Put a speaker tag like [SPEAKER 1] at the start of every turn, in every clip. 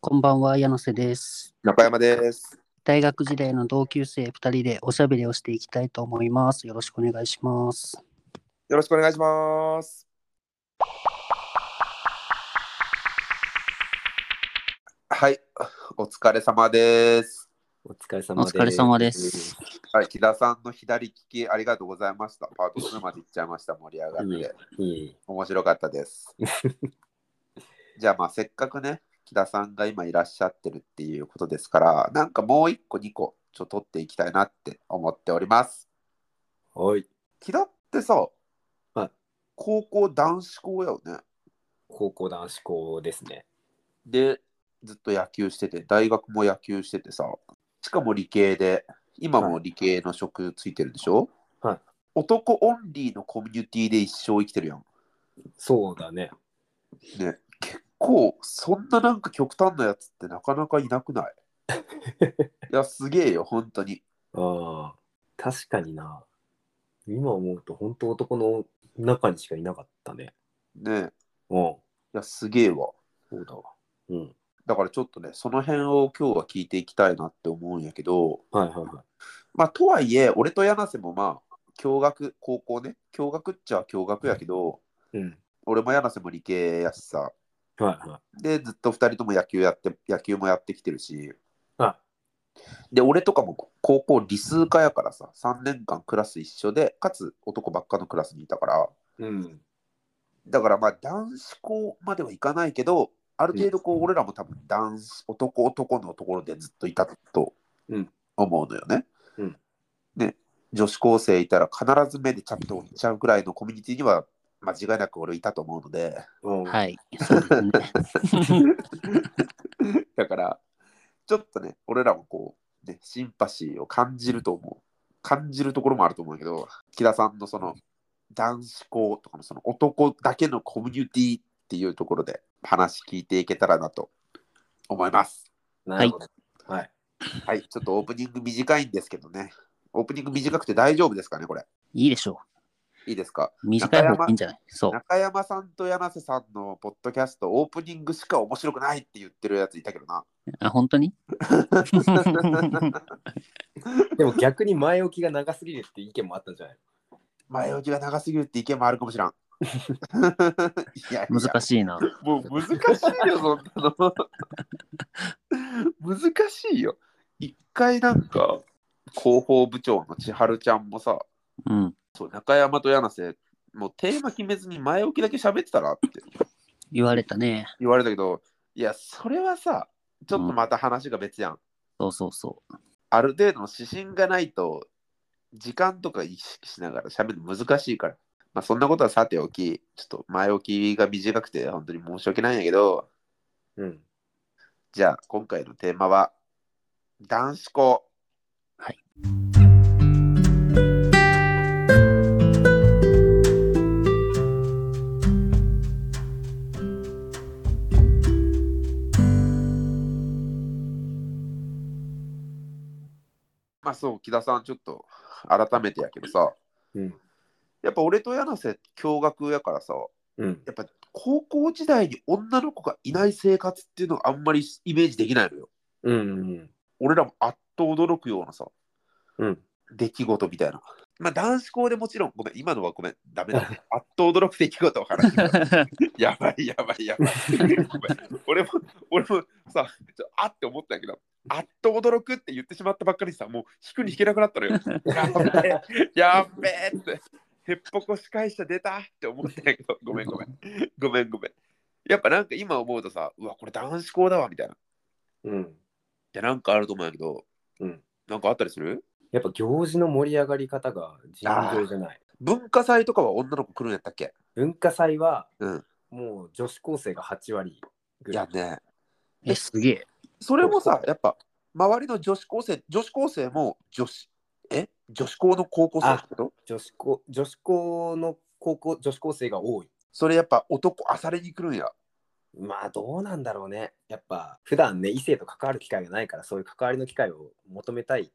[SPEAKER 1] こんばんは、柳瀬です。
[SPEAKER 2] 中山です。
[SPEAKER 1] 大学時代の同級生2人でおしゃべりをしていきたいと思います。よろしくお願いします。
[SPEAKER 2] よろしくお願いします。はい、お疲れ様です。
[SPEAKER 3] お疲れ
[SPEAKER 1] お
[SPEAKER 3] 様です。
[SPEAKER 1] 疲れ様です。。
[SPEAKER 2] はい、木田さんの左利きありがとうございました。パート2まで行っちゃいました。盛り上が
[SPEAKER 3] う
[SPEAKER 2] っ
[SPEAKER 3] ん
[SPEAKER 2] て。
[SPEAKER 3] い
[SPEAKER 2] 面白かったです。 じゃあまあせっかくね、木田さんが今いらっしゃってるっていうことですから、なんかもう一個二個ちょっと取っていきたいなって思っております。
[SPEAKER 3] はい。
[SPEAKER 2] 木田ってさ、
[SPEAKER 3] はい
[SPEAKER 2] 高校男子校やよね。
[SPEAKER 3] 高校男子校ですね。
[SPEAKER 2] で、ずっと野球してて、大学も野球しててさ、しかも理系で、今も理系の職ついてるでしょ
[SPEAKER 3] はい
[SPEAKER 2] 男オンリーのコミュニティで一生生きてるやん。
[SPEAKER 3] そうだね。
[SPEAKER 2] こう、そんななんか極端なやつってなかなかいなく ないいや、すげえよ、本当に。
[SPEAKER 3] ああ。確かにな。今思うと本当男の中にしかいなかったね。
[SPEAKER 2] ねえ
[SPEAKER 3] うん。
[SPEAKER 2] いや、すげえわ。
[SPEAKER 3] そうだわ。うん。
[SPEAKER 2] だからちょっとね、その辺を今日は聞いていきたいなって思うんやけど、
[SPEAKER 3] はいはいはい。
[SPEAKER 2] まあ、とはいえ、俺と柳瀬もまあ、共学、高校ね、共学っちゃ共学やけど、
[SPEAKER 3] うん。
[SPEAKER 2] 俺も柳瀬も理系やしさ、
[SPEAKER 3] はいは
[SPEAKER 2] で、ずっと2人とも野球やって、野球もやってきてるし、
[SPEAKER 3] い。は
[SPEAKER 2] で、俺とかも高校理数科やからさ、3年間クラス一緒で、かつ男ばっかのクラスにいたから、
[SPEAKER 3] い。うん。
[SPEAKER 2] だからまあ男子校まではいかないけど、ある程度こう、俺らも多分男子、男男のところでずっといたと
[SPEAKER 3] うん
[SPEAKER 2] 思うのよね。
[SPEAKER 3] うん
[SPEAKER 2] ね、女子高生いたら必ず目でチャットを見ちゃうくらいのコミュニティには間違いなく俺いたと思うので、
[SPEAKER 3] うん、い。
[SPEAKER 1] はい、そうですね。
[SPEAKER 2] だから、ちょっとね、俺らもこう、ね、シンパシーを感じると思う。感じるところもあると思うけど、木田さんのその男子校とかのその男だけのコミュニティっていうところで話聞いていけたらなと思います。
[SPEAKER 3] なるほど。はい。
[SPEAKER 2] はい、ちょっとオープニング短いんですけどね。オープニング短くて大丈夫ですかね、これ。
[SPEAKER 1] いいでしょ
[SPEAKER 2] いいですか。
[SPEAKER 1] う。短い方がいいんじゃないそう。
[SPEAKER 2] 中山さんと柳瀬さんのポッドキャスト、オープニングしか面白くないって言ってるやついたけどな。
[SPEAKER 1] あ、本当に
[SPEAKER 3] でも逆に前置きが長すぎるって意見もあったんじゃない
[SPEAKER 2] 前置きが長すぎるって意見もあるかもしらん。いやいや
[SPEAKER 1] 難しいな。
[SPEAKER 2] もう難しいよ、そんなの。難しいよ。一回なんか、広報部長の千春ちゃんもさ、
[SPEAKER 1] うん。
[SPEAKER 2] そう中山と柳瀬、もうテーマ決めずに前置きだけ喋ってたらって
[SPEAKER 1] 言われたね。
[SPEAKER 2] 言われたけど、いや、それはさ、ちょっとまた話が別やん。
[SPEAKER 1] そうそうそう。
[SPEAKER 2] ある程度の指針がないと、時間とか意識しながら喋るの難しいから。まあ、そんなことはさておき、ちょっと前置きが短くて本当に申し訳ないんやけど、
[SPEAKER 3] うん。
[SPEAKER 2] じゃあ今回のテーマは、男子校。
[SPEAKER 1] はい。
[SPEAKER 2] まあそう、木田さん、ちょっと改めてやけどさ、
[SPEAKER 3] うん。
[SPEAKER 2] やっぱ俺と柳瀬、共学やからさ、
[SPEAKER 3] うん。
[SPEAKER 2] やっぱ高校時代に女の子がいない生活っていうのはあんまりイメージできないのよ。
[SPEAKER 3] うん。うん。
[SPEAKER 2] 俺らもあっと驚くようなさ、
[SPEAKER 3] うん。
[SPEAKER 2] 出来事みたいな。まあ男子校でもちろん、ごめん、今のはごめん、ダメだ。あっと驚く出来事を話してる やばいやばいやばい。ごめん俺も、俺もさ、ちょあって思ったけど、あっと驚くって言ってしまったばっかりにさ、もう引くに引けなくなったのよ。やっべえ、やっべえって。へっぽこ司会者出たって思ったんやけど、ごめんごめん。ごめんごめん。やっぱなんか今思うとさ、うわ、これ男子校だわみたいな。
[SPEAKER 3] うん。
[SPEAKER 2] でなんかあると思うんやけど、
[SPEAKER 3] うん
[SPEAKER 2] なんかあったりする
[SPEAKER 3] やっぱ行事の盛り上がり方が尋常じゃない。
[SPEAKER 2] 文化祭とかは女の子来るんやったっけ
[SPEAKER 3] 文化祭は、
[SPEAKER 2] うん
[SPEAKER 3] もう女子高生が8割ぐ
[SPEAKER 2] い
[SPEAKER 3] ら
[SPEAKER 2] や
[SPEAKER 3] い。
[SPEAKER 2] ね。
[SPEAKER 1] え、すげ え。
[SPEAKER 2] それもさ、やっぱ周りの女子高生、女子高生も女子、え女子校の高校生ってこと
[SPEAKER 3] 女子高女子高の高校女子高生が多い。
[SPEAKER 2] それやっぱ男あさりに来るんや。
[SPEAKER 3] まあどうなんだろうね。やっぱ普段ね異性と関わる機会がないからそういう関わりの機会を求めたいっ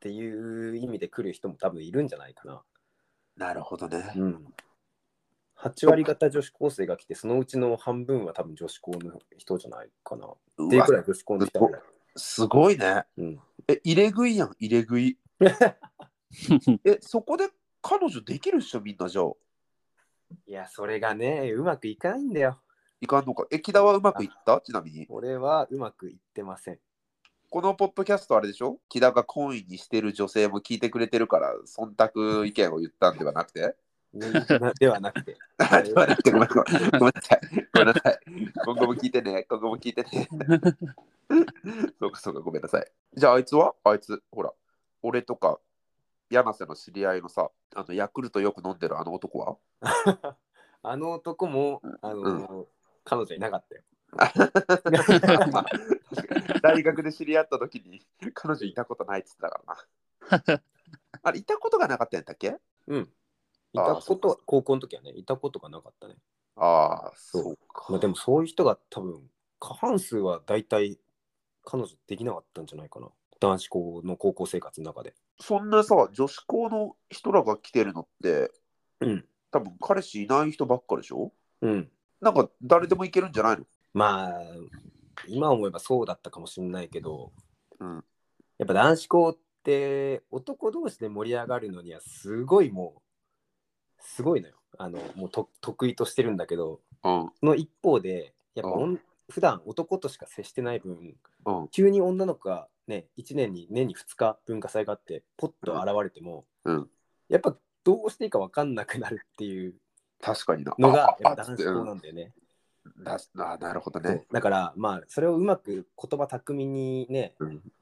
[SPEAKER 3] ていう意味で来る人も多分いるんじゃないかな。
[SPEAKER 2] なるほどね。
[SPEAKER 3] うん。 8割方女子高生が来て、そのうちの半分は多分女子校の人じゃないかな。っていうくらい女子校の人ぐらい。
[SPEAKER 2] すごいね。
[SPEAKER 3] うん、
[SPEAKER 2] え、入れ食いやん、入れ食い。え、そこで彼女できるっしょ、みんなじゃあ。
[SPEAKER 3] いや、それがね、うまくいかないんだよ。
[SPEAKER 2] いかんのか。え、木田はうまくいったちなみに。
[SPEAKER 3] 俺はうまくいってません。
[SPEAKER 2] このポッドキャストあれでしょ木田が懇意にしてる女性も聞いてくれてるから、忖度意見を言ったんではなくて
[SPEAKER 3] ねなではなくて。
[SPEAKER 2] あではなく てごめんごめんごめんなさい。ごめんなさい。今後も聞いてね。今後も聞いてね。そうかそうか、ごめんなさい。じゃああいつはあいつ、ほら、俺とか、柳瀬の知り合いのさ、あのヤクルトよく飲んでるあの男は
[SPEAKER 3] あの男も、あの、彼女いなかったよ。
[SPEAKER 2] まあ確かに大学で知り合った時に、彼女いたことないっつったからな。 あれ、いたことがなかったんだっけ
[SPEAKER 3] うん。い
[SPEAKER 2] あ
[SPEAKER 3] た
[SPEAKER 2] ー
[SPEAKER 3] ことは、高校の時はね、いたことがなかったね。
[SPEAKER 2] ああ、そうか。
[SPEAKER 3] まあでもそういう人が多分、過半数は大体彼女できなかったんじゃないかな。男子校の高校生活の中で。
[SPEAKER 2] そんなさ、女子校の人らが来てるのって、
[SPEAKER 3] うん。
[SPEAKER 2] 多分彼氏いない人ばっかでしょ
[SPEAKER 3] うん。
[SPEAKER 2] なんか誰でもいけるんじゃないの
[SPEAKER 3] まあ、今思えばそうだったかもしれないけど、
[SPEAKER 2] うん
[SPEAKER 3] やっぱ男子校って男同士で盛り上がるのにはすごいもう、すごいのよ。あの、もうと得意としてるんだけど、
[SPEAKER 2] うん。
[SPEAKER 3] その一方で、やっぱ
[SPEAKER 2] う
[SPEAKER 3] おん普段男としか接してない分、
[SPEAKER 2] うん
[SPEAKER 3] 急に女の子がね、1年に年に2日文化祭があって、ポッと現れても、
[SPEAKER 2] うん
[SPEAKER 3] やっぱどうしていいか分かんなくなるっていう
[SPEAKER 2] 確かにな。
[SPEAKER 3] のが、
[SPEAKER 2] あ
[SPEAKER 3] や
[SPEAKER 2] あ
[SPEAKER 3] っぱ男子校なんだよ
[SPEAKER 2] あ
[SPEAKER 3] ね。
[SPEAKER 2] つってうんなあなるほど
[SPEAKER 3] そう
[SPEAKER 2] ね。
[SPEAKER 3] だからまあそれをうまく言葉巧みにね
[SPEAKER 2] うん。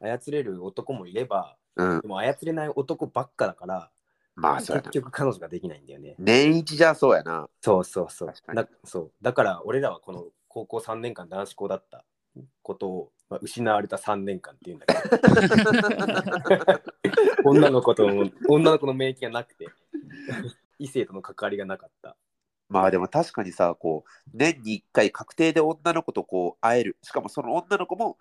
[SPEAKER 3] 操れる男もいれば
[SPEAKER 2] うん。
[SPEAKER 3] でも操れない男ばっかだから、
[SPEAKER 2] まあ、そうや
[SPEAKER 3] 結
[SPEAKER 2] な。
[SPEAKER 3] 局彼女ができないんだよね
[SPEAKER 2] 年一じゃそうやな。
[SPEAKER 3] そうそうそう
[SPEAKER 2] 確かに
[SPEAKER 3] だそうだから俺らはこの高校3年間男子校だったことを、まあ、失われた3年間っていうんだ けど女の子との女の子の免疫がなくて 異性との関わりがなかった
[SPEAKER 2] まあでも確かにさ、こう、年に1回確定で女の子とこう会える。しかもその女の子も、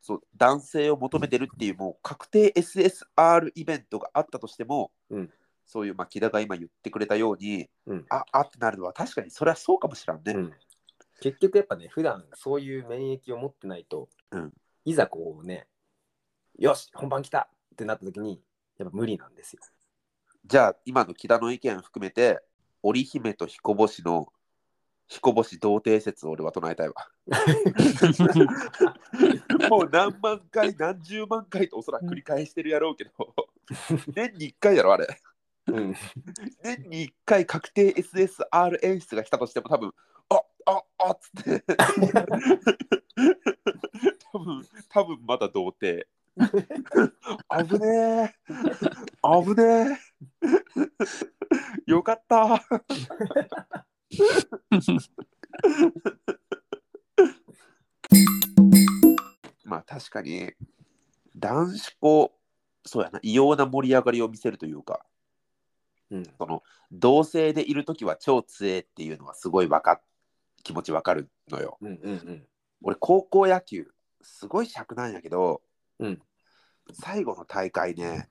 [SPEAKER 2] そう男性を求めてるっていうもう確定 SSR イベントがあったとしても、
[SPEAKER 3] うん
[SPEAKER 2] そういう、まあ、木田が今言ってくれたように、
[SPEAKER 3] うん
[SPEAKER 2] ああってなるのは確かにそれはそうかもしらんね。
[SPEAKER 3] うん結局やっぱね普段そういう免疫を持ってないと、
[SPEAKER 2] うん
[SPEAKER 3] いざこうねよし本番来たってなった時にやっぱ無理なんですよ
[SPEAKER 2] じゃあ今の木田の意見含めて織姫と彦星の彦星童貞説を俺は唱えたいわ。 もう何万回何十万回とおそらく繰り返してるやろうけど年に1回やろあれ。
[SPEAKER 3] うん、
[SPEAKER 2] 年に1回確定 SSR 演出が来たとしても多分あああっつって多分多分まだ童貞危ねえ危ねえよかったまあ確かに男子校そうやな異様な盛り上がりを見せるというかその同性でいる時は超強えっていうのはすごいわかっ気持ちわかるのよ。
[SPEAKER 3] うんうんうん
[SPEAKER 2] 俺高校野球すごい尺なんやけど、
[SPEAKER 3] うん
[SPEAKER 2] 最後の大会ね、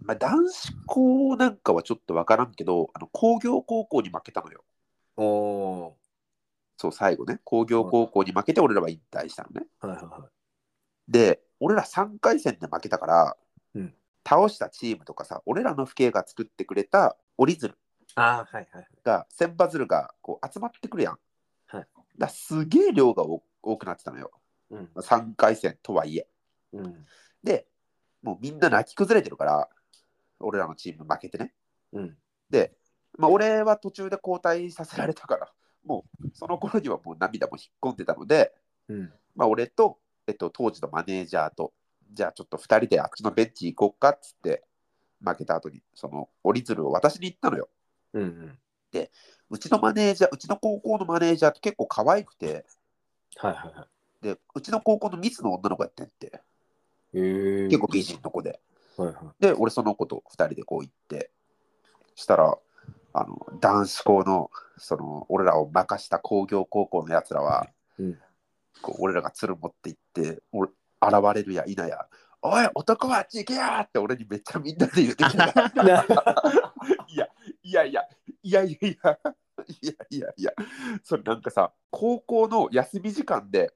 [SPEAKER 2] まあ、男子校なんかはちょっとわからんけどあの工業高校に負けたのよ。
[SPEAKER 3] おお
[SPEAKER 2] そう最後ね工業高校に負けて俺らは引退したのね。
[SPEAKER 3] ーはいはいは
[SPEAKER 2] で俺ら3回戦で負けたから、
[SPEAKER 3] うん
[SPEAKER 2] 倒したチームとかさ俺らの父兄が作ってくれた折り鶴
[SPEAKER 3] いあーはいはい
[SPEAKER 2] が千羽鶴がこう集まってくるやん。
[SPEAKER 3] はい
[SPEAKER 2] だからすげえ量がお多くなってたのよ。
[SPEAKER 3] うん
[SPEAKER 2] 3回戦とはいえ。
[SPEAKER 3] うん
[SPEAKER 2] で、もうみんな泣き崩れてるから、俺らのチーム負けてね。
[SPEAKER 3] うん
[SPEAKER 2] で、まあ、俺は途中で交代させられたから、もうその頃にはもう涙も引っ込んでたので、
[SPEAKER 3] うん
[SPEAKER 2] まあ、俺と、えっと、当時のマネージャーと、じゃあちょっと2人であっちのベンチ行こっかっつって、負けた後に、その折り鶴を渡しに行ったのよ。
[SPEAKER 3] うんうん
[SPEAKER 2] うちのマネージャー、うちの高校のマネージャーって結構可愛くて、
[SPEAKER 3] はいはいは
[SPEAKER 2] で、うちの高校のミスの女の子やってんって、
[SPEAKER 3] いへえ
[SPEAKER 2] 結構美人の子で。
[SPEAKER 3] はいは
[SPEAKER 2] で、俺その子と2人でこう行って、したら、あの、男子校の、その、俺らを任した工業高校のやつらは、
[SPEAKER 3] うん
[SPEAKER 2] こう俺らが鶴持って行って、俺、現れるや否や、おい、男はあっち行けやって俺にめっちゃみんなで言ってきた。
[SPEAKER 3] い
[SPEAKER 2] いや、いやいや、いいやいやいや、いやいやいや、それなんかさ、高校の休み時間で、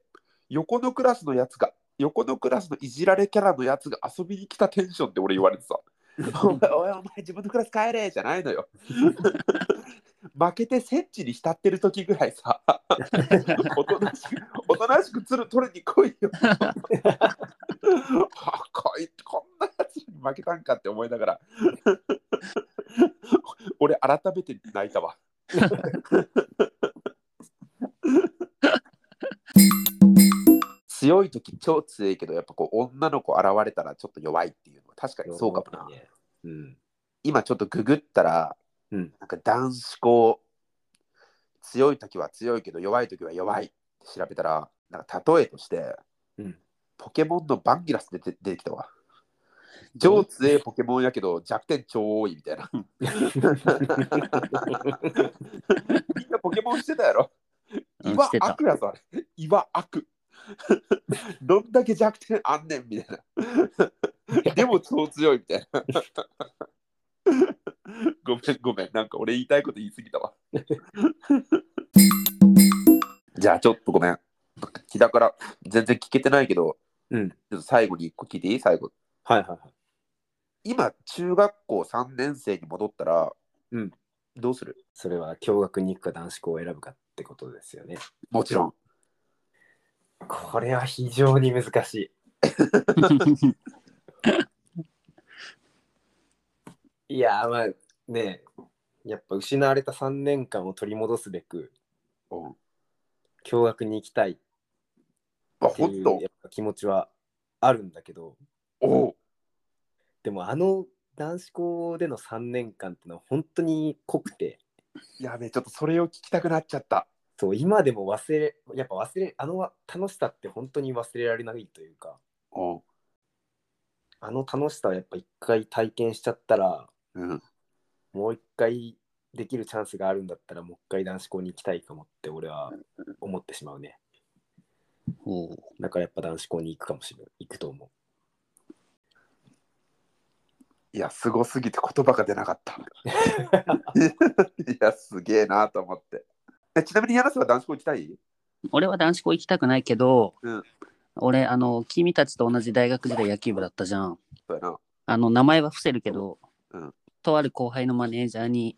[SPEAKER 2] 横のクラスのやつが、横のクラスのいじられキャラのやつが遊びに来たテンションって俺言われてさ、お前、おいお前自分のクラス帰れじゃないのよ。 負けてセッチに浸ってる時ぐらいさ、 おとなしく、おとなしく鶴取りに来いよ。あこいつこんなやつに負けたんかって思いながら、 俺改めて泣いたわ。強い時超強いけどやっぱこう女の子現れたらちょっと弱いっていうのは 確かにそうかもな。
[SPEAKER 3] ね。うん。
[SPEAKER 2] 今ちょっとググったら、
[SPEAKER 3] うん
[SPEAKER 2] なんか男子校強い時は強いけど弱い時は弱いって調べたらなんか例えとして、
[SPEAKER 3] うん
[SPEAKER 2] ポケモンのバンギラスで出て出てきたわ上強いポケモンやけど弱点超多いみたいなみんなポケモンしてたやろ
[SPEAKER 1] うん
[SPEAKER 2] 岩
[SPEAKER 1] してた
[SPEAKER 2] 悪やぞあれ岩悪 どんだけ弱点あんねんみたい なでも超強いみたいなごめんごめん、なんか俺言いたいこと言い過ぎたわ。じゃあちょっとごめん。木田から全然聞けてないけど、
[SPEAKER 3] うん
[SPEAKER 2] ちょっと最後に一個聞いていい最後。
[SPEAKER 3] はいはいはい。
[SPEAKER 2] 今、中学校3年生に戻ったら、
[SPEAKER 3] うん
[SPEAKER 2] どうする
[SPEAKER 3] それは共学に行くか男子校を選ぶかってことですよね。
[SPEAKER 2] もちろん。
[SPEAKER 3] これは非常に難しい。いやーまあねやっぱ失われた3年間を取り戻すべく
[SPEAKER 2] うん、
[SPEAKER 3] 共学に行きたい
[SPEAKER 2] あ、
[SPEAKER 3] ってい
[SPEAKER 2] 本
[SPEAKER 3] う
[SPEAKER 2] 当
[SPEAKER 3] やっぱ気持ちはあるんだけど
[SPEAKER 2] おう
[SPEAKER 3] でもあの男子校での3年間ってのは本当に濃くて
[SPEAKER 2] やべえ、ちょっとそれを聞きたくなっちゃった。
[SPEAKER 3] そう今でも忘れやっぱ忘れあの楽しさって本当に忘れられないというか
[SPEAKER 2] おう
[SPEAKER 3] あの楽しさはやっぱ一回体験しちゃったら
[SPEAKER 2] うん、
[SPEAKER 3] もう一回できるチャンスがあるんだったらもう一回男子校に行きたいかもって俺は思ってしまうね
[SPEAKER 1] おう
[SPEAKER 3] だからやっぱ男子校に行くかもしれない行くと思
[SPEAKER 2] いや、すごすぎて言葉が出なか った。いや、すげえなと思って。えちなみに、ヤナスは男子校行きたい
[SPEAKER 1] 俺は男子校行きたくないけど、
[SPEAKER 2] うん
[SPEAKER 1] 俺、あの、君たちと同じ大学時代野球部だったじゃん。
[SPEAKER 2] そうやな。
[SPEAKER 1] あの、名前は伏せるけど、
[SPEAKER 2] うん
[SPEAKER 1] とある後輩のマネージャーに、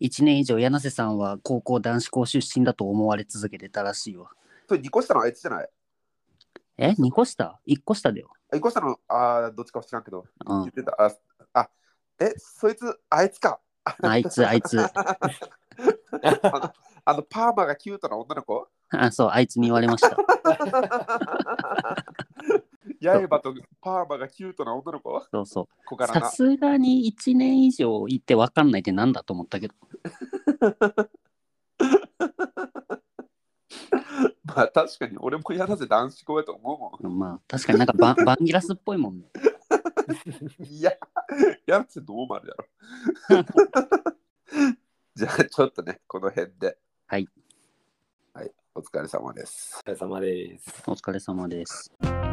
[SPEAKER 1] 1年以上柳瀬さんは高校男子校出身だと思われ続けてたらしいわ。
[SPEAKER 2] それ2個下のあいつじゃない
[SPEAKER 1] え ?2 個下 ?1 個下だよ。
[SPEAKER 2] あ ?1 個下のあーどっちかは知らんけど。
[SPEAKER 1] う
[SPEAKER 2] 言っ
[SPEAKER 1] ん。
[SPEAKER 2] てた。あ、あえ、そいつあいつか。
[SPEAKER 1] あいつ、あいつ。
[SPEAKER 2] あのあのパーマがキュートな女の子
[SPEAKER 1] あ、そう、あいつに言われました。
[SPEAKER 2] 刃とパーマがキュートな女の子
[SPEAKER 1] そうそ
[SPEAKER 2] 小
[SPEAKER 1] う。
[SPEAKER 2] 柄
[SPEAKER 1] さ
[SPEAKER 2] な。
[SPEAKER 1] すがに1年以上行って分かんないってなんだと思ったけど。
[SPEAKER 2] まあ確かに俺も嫌だぜ男子校やと思うもん。
[SPEAKER 1] まあ、確かになんか バンバンギラスっぽいもんね。
[SPEAKER 2] いや、やつノーマルやろ。 じゃあ、ちょっとね、この辺で。
[SPEAKER 1] はい。
[SPEAKER 2] はい、お疲れ様です。
[SPEAKER 3] うお疲れ様です
[SPEAKER 1] お疲れ様です。